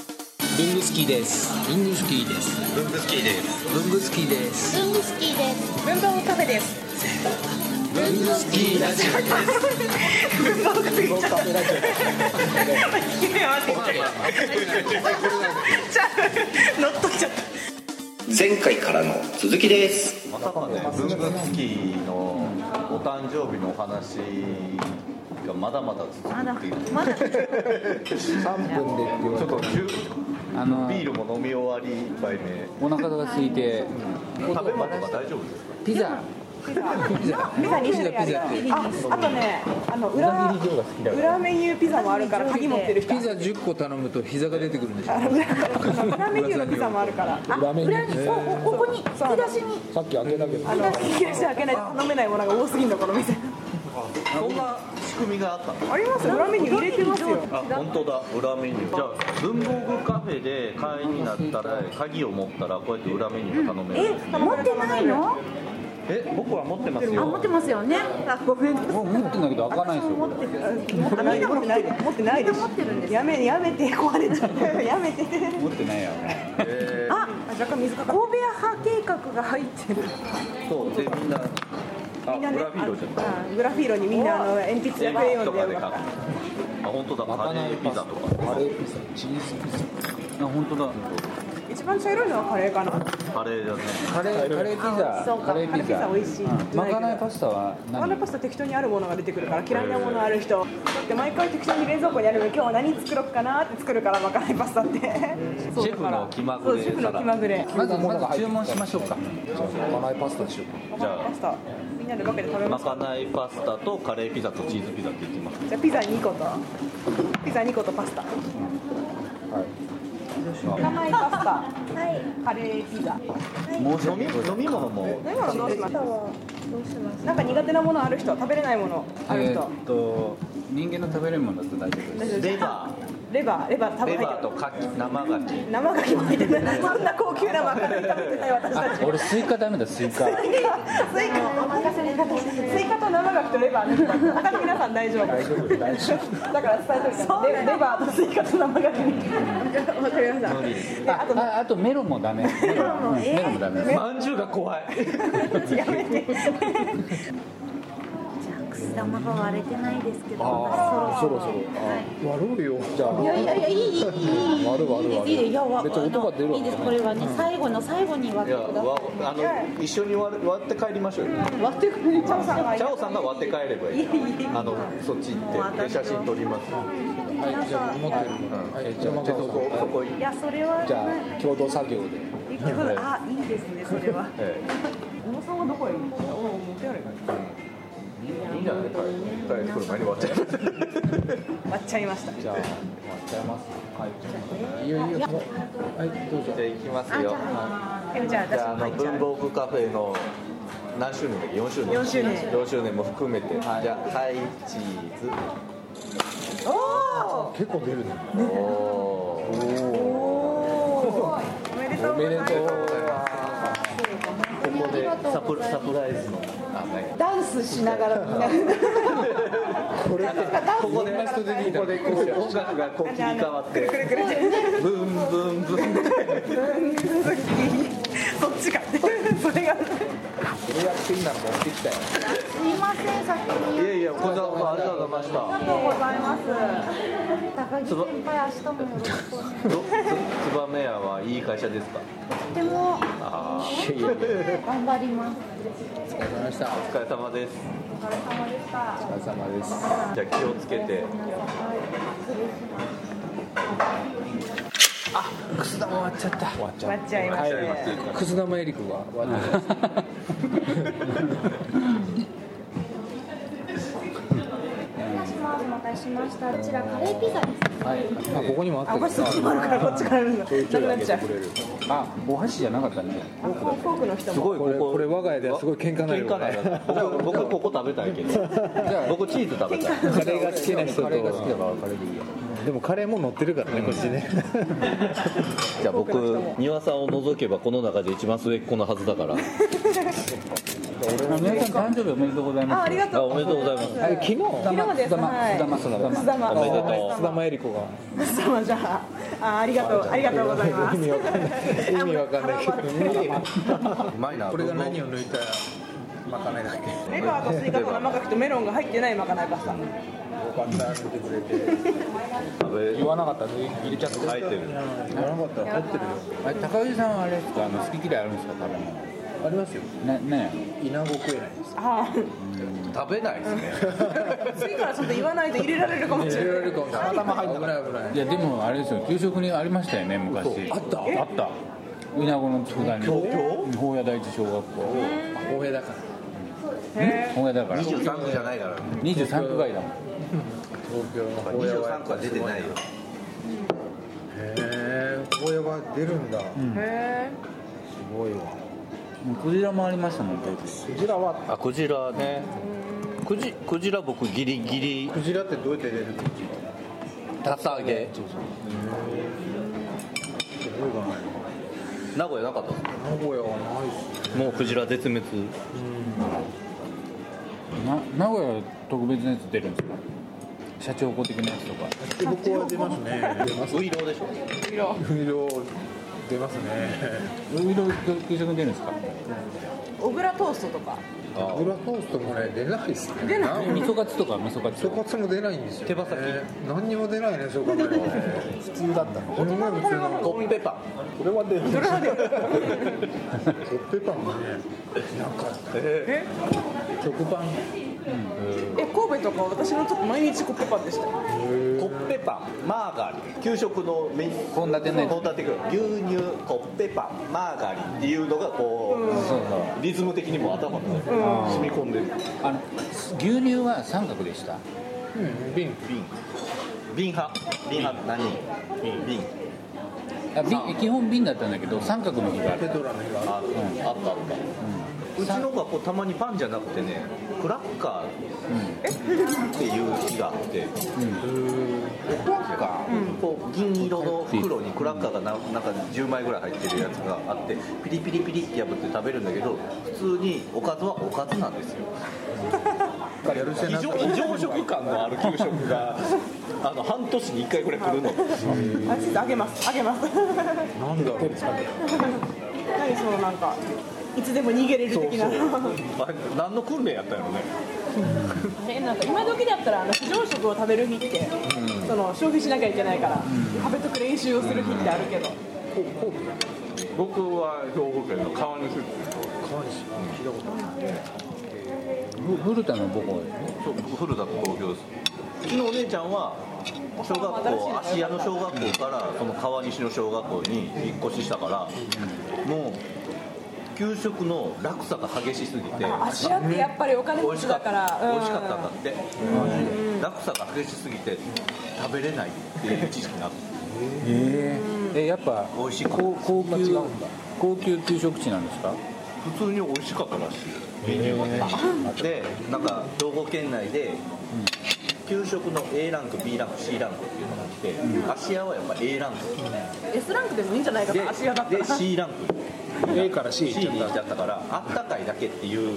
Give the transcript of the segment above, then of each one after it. ングスキーですリングスキーです文具好きでブングスキーです文具好きです。文房具カフェです。ブングスキーラジオ文房具カフェ文カフェラジじゃあ乗っ取っちゃった。前回からの続きですまさかね文具好きのお誕生日のお話がまだまだ続くっていうまだオ3分でって言わちょったれとじゅあのビールも飲み終わり一杯目お腹が空いて食べ物とか大丈夫ですかピザピザピザ2種類あるよ。あ、あとね、あの裏裏メニューピザもあるから鍵持ってる人。ピザ10個頼むと膝が出てくるんでしょ裏メニューのピザもあるから。あ、裏に、ここに、引き出しに、さっき開けたけどあの引き出し開けないと頼めないものが多すぎんだこの店。そんな仕組みがあったのあります。裏メニュー入れてますよ。あ本当だ裏メニューじゃあ文房具カフェで会員になったら鍵を持ったらこうやって裏メニューが頼める、え、持ってないの。え僕は持ってますあ、持っよてますよね。あ、ごめん。あ持ってんだけど開かないんですよあみんな持ってないで。持ってないで。やめやめて壊れちゃう。やめて。持ってないやあ、あ若干水かかっ神戸屋派計画が入ってる。そうでみんなあた。みんなね。裏フィードじゃないあグラフィーロにみんなあの鉛筆やクレヨンとでかで買ったあ本当だカレーピザとかカレーピザチーズピあ本当だ一番茶色いのはカレーかな。カレーだねザカレーカレーピザうカレカーレーピピザザ美味しい。まかないパスタはマナ何パスタ適当にあるものが出てくるから嫌いなものある人だって毎回適当に冷蔵庫にあるのに今日は何作ろうかなって作るからまかないパスタってシシェフの気まぐれシェフかのら気まぐれまずまず注文しましょうかじゃあまかないパスタにしよまかないパスタみんなで分けて食べまますかかないパスタとカレーピザとチーズピザって言ってますじゃあピザ2個とピザ2個とパスタうかはいまかないパスはい。タカレーピザ申し飲み訳ござい飲み物も何もどうしますはどうします。なんか苦手なものある人食べれないものあませんるえ人ーっと人間の食べれるものだと大丈夫ですレバレバーレバー多ーレ分バ入ーってとるカキ生ガキ生牡蠣も入ってないそんな高級なまかない食べてない私たあち俺スイカダメだスイカスイカ、スイカ、スイカと生ガキとレバーね。他の皆さん大丈夫。大丈夫、大丈夫。だから伝えといてね。レレバーとスイカと生ガキ。わかりました。であとああとメロンもダメメロン,、うん、メロンもダメまんじゅうが怖いじゃあ、くす玉が割れてないですけど、まあそそろろそそろろ。割ろうよじゃあいやいやいや、いい、いい、いい、いい、割る割る割るいいです、いいです、いや、わ、別に音が出るわいいです、これはね、最後の最後にい割っやてくださわあの一緒に割割って帰りましょうよい。割ってくれチャオさんがチャオさんが割って帰ればいいあのそっち行ってで写真撮りますはいじゃあ持ってるはいじゃあちょっとそこそこ行っいや、それは。じゃあ共同作業であ、いいですね、それは。て小野さんはどこへ行くの。お、持ってあるから。いいんじゃない帰る帰る前に割っちゃう割っちゃいました。じゃあ割っちゃいますいいよいいよはいどうぞじゃあ行きますよえ、じゃあ、じゃああ私もの入っちゃ文う。房具カフェの何周年だっけ4周年4周年4周年も含めて、じゃあはいチーズ結構出るねおおーおめでとうござおめいでまとうございここでサプサプライズのあないす。ダンスしながら、みんな。ますこれ ここで人出てきたここでこう音楽がこう切り替わってくるくるくる。ブンブンブンってそっちか。それが。これやっていいなら持ってきたよすみません、先に。いやいやこちらこそありがとうございましたありがとうございます。高木先輩、明日もよろしくお願いします。どつつばめ屋はいい会社ですかとてもああ頑張ります。お疲れ様でしたお疲れ様ですお疲れ様でした。お疲れ様ですじゃあ気をつけてくす玉割っちゃった終わっち割っちゃいまはしいたね。くす玉エリクは割っちゃった お願いします。お待たせしました。こちらカレーピザです。あここにもああ、ったこれけそどっちもあるから、こっちからやるんだ。なくなっちゃう。あお箸じゃなかったねあフォーフォークの人も。ごこれこれ我が家ではすごい喧嘩になるよ喧嘩になる僕僕ここ食べたいけど僕チーズ食べたいカレーが好きな人とカレーが好きだからカレーでいいよでもカレーも乗ってるからねこっちねじゃあ僕庭さんを除けばこの中で一番末っ子のはずだからあ皆さん誕生日おめでとうございますあ、ありがとう。あおめでとうございます昨日昨日で菅す。田はい。菅田正須田須玉おめでとう須田真由里子が須玉じゃあ、あ、ありがとう、ありがとうございます。意味わかんない意味わかんないけどうまいなこれが何を抜いたまかないだっけレバーとスイカと生牡蠣とメロンが入ってないまかないパスタ。よかった抜いてくれて食べ言わなかったね入れちゃった入ってるならなかった入ってるよあれ高木さんはあれですかあの好き嫌いあるんですか食べ物ありますよねねイナゴ食えないですあ食べないですねー、次からちょっと言わないと入れられるかもしれ入れならい。れるかもしれない頭入んなかった危ないいやでもあれですよ給食にありましたよね昔嘘あったあったウナゴの佃煮うん法屋第一小学校危ない公平だからへ法屋だから23区じゃないから23区外だもん東京の公屋は23区は出てないよへえ公屋は出るんだすーへごいわクジラもありましたもん当時クジラはあクジラねクジクジラ僕ギリギリクジラってどうやって出るのすたさ上げごいわね名古屋なかったっ名古屋はないっすすもうクジラ絶滅な名古屋は特別なやつ出るんですか社長公的なやつとかね僕は出ますね出ますウイローでしょー色。風量出ますねいろいろ給食に出るんですか小倉トーストとか。あ油トーストもね出ないっすね出ない。味噌カツとか味噌カツ所轄も出ないんですよ、ね、手羽先何にも出ないね所轄は普通だったのすごい普通なのコッペパンこれは出るそれは出るコッペパンもねなかったえ、食パンえ、神戸とか、私のとこ毎日コッペパンでしたよ。コッペパンマーガリン給食のメイン献立献ね立が牛乳コッペパンマーガリンっていうのがこそうそううリズム的にも頭に染み込んでるあの牛乳は三角でした瓶瓶瓶派瓶派何瓶瓶あ瓶基本瓶だったんだけど三角の日があるペトラの日がああったあったうちの学校たまにパンじゃなくてねクラッカーっていう日があってクラッカーこう銀色の袋にクラッカーがななんか10枚ぐらい入ってるやつがあってピリピリピリって破って食べるんだけど普通におかずはおかずなんですよやるせ異な常異常食感のある給食があの半年に1回ぐらい来るのあ、ちょっとあげます。あげます。なんだろう何そのなんか。いつでも逃げれる的な。あれ何の訓練やったんやろねね、なんか今時だったらあの非常食を食べる日って、その消費しなきゃいけないから、食べとく練習をする日ってあるけど、僕は兵庫県の川西市川西聞いたことないふ古田の母校ですねそう古田と東京ですうちのお姉ちゃんは小学校芦屋の小学校からその川西の小学校に引っ越ししたからもう給食の落差が激しすぎてあ芦屋ってやっぱりお金美持味ちしかだったから、美味しかったんだって落差が激しすぎて食べれないっていう知識があってええやっぱ美味しいか高高級高級給食地なんですか普通に美味しかったらしいメニューがねでなんか兵庫県内で給食の A ランク B ランク C ランクっていうのがあって芦屋はやっぱ A ランク S ランクでもいいんじゃないかでな芦屋だったでら C ランク A から C 行 C っちゃっにた行っちゃったからあったかいだけっていう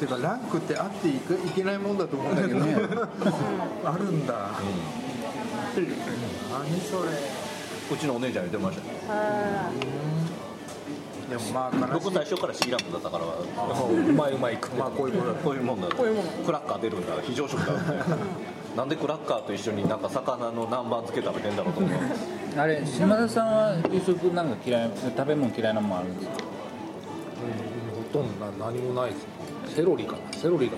てかランクってあっていくいけないもんだと思うんだけどね あるんだ、何それうちのお姉ちゃん言ってましたねでもまあ悲し僕い最初から C ランクだったからうまいうまい食ってまあこういうものだこういうもんだこういうもんクラッカー出るんだ非常食だなんでクラッカーと一緒になんか魚の南蛮漬け食べてんだろうと思うあれ島田さんは給食なんか嫌い食べ物嫌いなもんあるんですかほとんどな何もないですセロリかなセロリが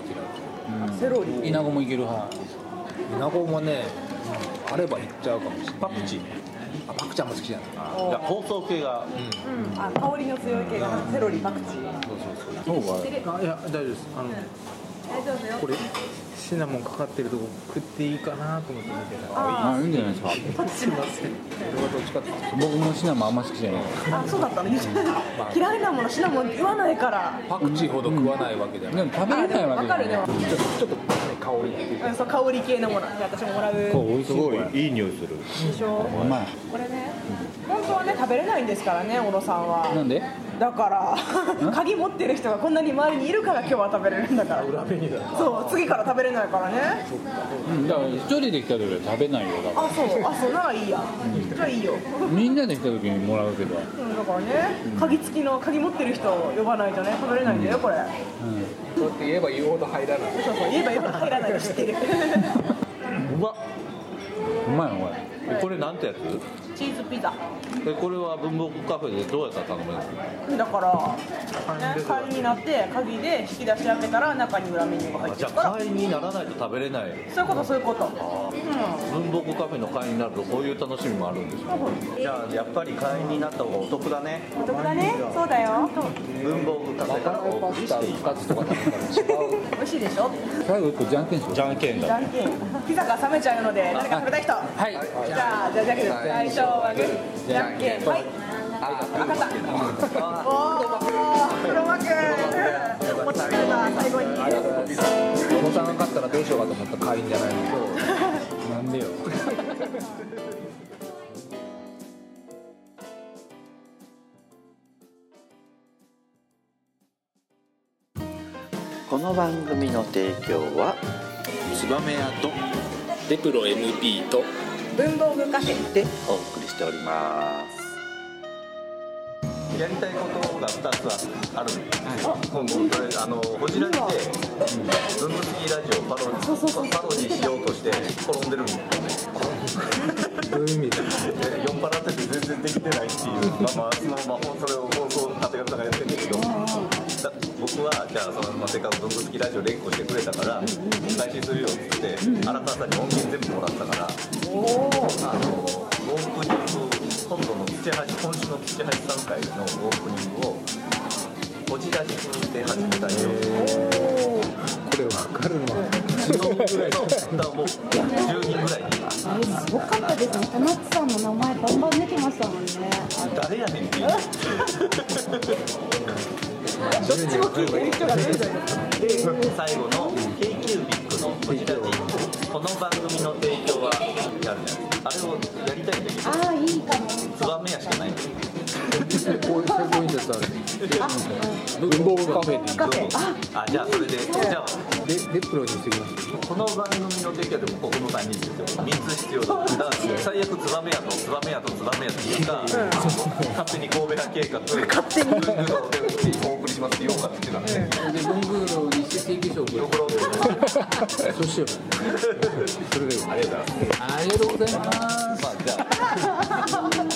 嫌セロリイナゴもいける派いイナゴもねあれば行っちゃうかもしれないパクチーあパクちゃんも好きじゃないいや香草系がうんあ香りの強い系がセロリパクチーそうそうそうそうかあいや大丈夫ですあの、これシナモンかかってるとこ食っていいかなと思って見てたあいいんじゃないですかすいませんこれはどっちかっていうと 僕もシナモンあんま好きじゃないあそうだったね嫌いなものシナモン言わないからパクチーほど食わないわけじゃない、でも食べれないわけ分じかゃるでないもちょっとちょっと、ね、香りっていうかうんそう香り系のものじゃあ私ももらう美味しいこれいい匂いするでしょうまいこれね本当はね食べれないんですからね小野さんはなんでうだから 鍵持ってる人がこんなに周りにいるから今日は食べれるんだから裏メニューだそう次から食べれないからねうんだから一人で来た時は食べないよだかあそうあそうならいいやじゃあいいよらみんなで来た時にもらうけど、うんだからね鍵付きの鍵持ってる人を呼ばないとね食べれないんだよこれうそうやって言えば言うほど入らないそうそう言えば言えば入らないの知 ってるうまっん、うまいのこれえこれなんてやつチーズピザえこれは文房具カフェでどうやったら頼めるんですかだから、ね、会員になって鍵で引き出し開けたら中に裏メニューが入あってじゃるかあら会員にならないと食べれないそういうことそういうこと文房具カフェの会員になるとこういう楽しみもあるんですよじゃあやっぱり会員になった方がお得だねお得だねそうだよ文房具カフェからお送りしています美味しいでしょ最後一個じゃんけんしようじゃんけんじだゃんけんピザが冷めちゃうので誰か食べたい人じはいゃあじゃあじゃんけんです最初はグーじゃんけんはい赤さおお黒幕持ち帰れた最後にボタンが勝ったらどうしようかと思った会員じゃないのなんでよこの番組の提供はツバメ屋とデプロ MP と文房具カフェでお送りしておりますやりたいことが2つあるんですよ、今後それあのこじらで「文具好きラジオ」パロパロディしようとして転んでるんですよどういう意味で酔っ払ってて全然できてないっていうまあまあそのまあそれを放送縦方がやってるんだけどだ僕はじゃあその、まあ、せっかく文具好きラジオ連呼してくれたからお返しするよって言って荒川さんに音源全部もらったからあのオープニング今度の土橋今週の土橋3回のオープニングをこじらしにして始めたいよこれわかるのだからもう10人ぐらいにすごかったですね田中さんの名前バンバン出てましたもんね誰やねんっていうどっちも聞いてる人が出るじゃない最後の k キュービックのこちらにこの番組の提供はやるじゃないですかあれをやりたいんだけどああいいかもツバメやしかないんですよこういう成功印刷ある文房具カフェでカフェあじゃあそれでじゃあでデプロにしてきますこの番組の提供でもここの3人ですよ3つ必要だだから最悪ツバメやとツバメやとツバメやっていうか勝手に神戸派計画勝手にお送りしますって言おうかって言ってたんでで文具の日清化粧を横ろうってそうしようそれがいあいりがとうございまますあじゃあ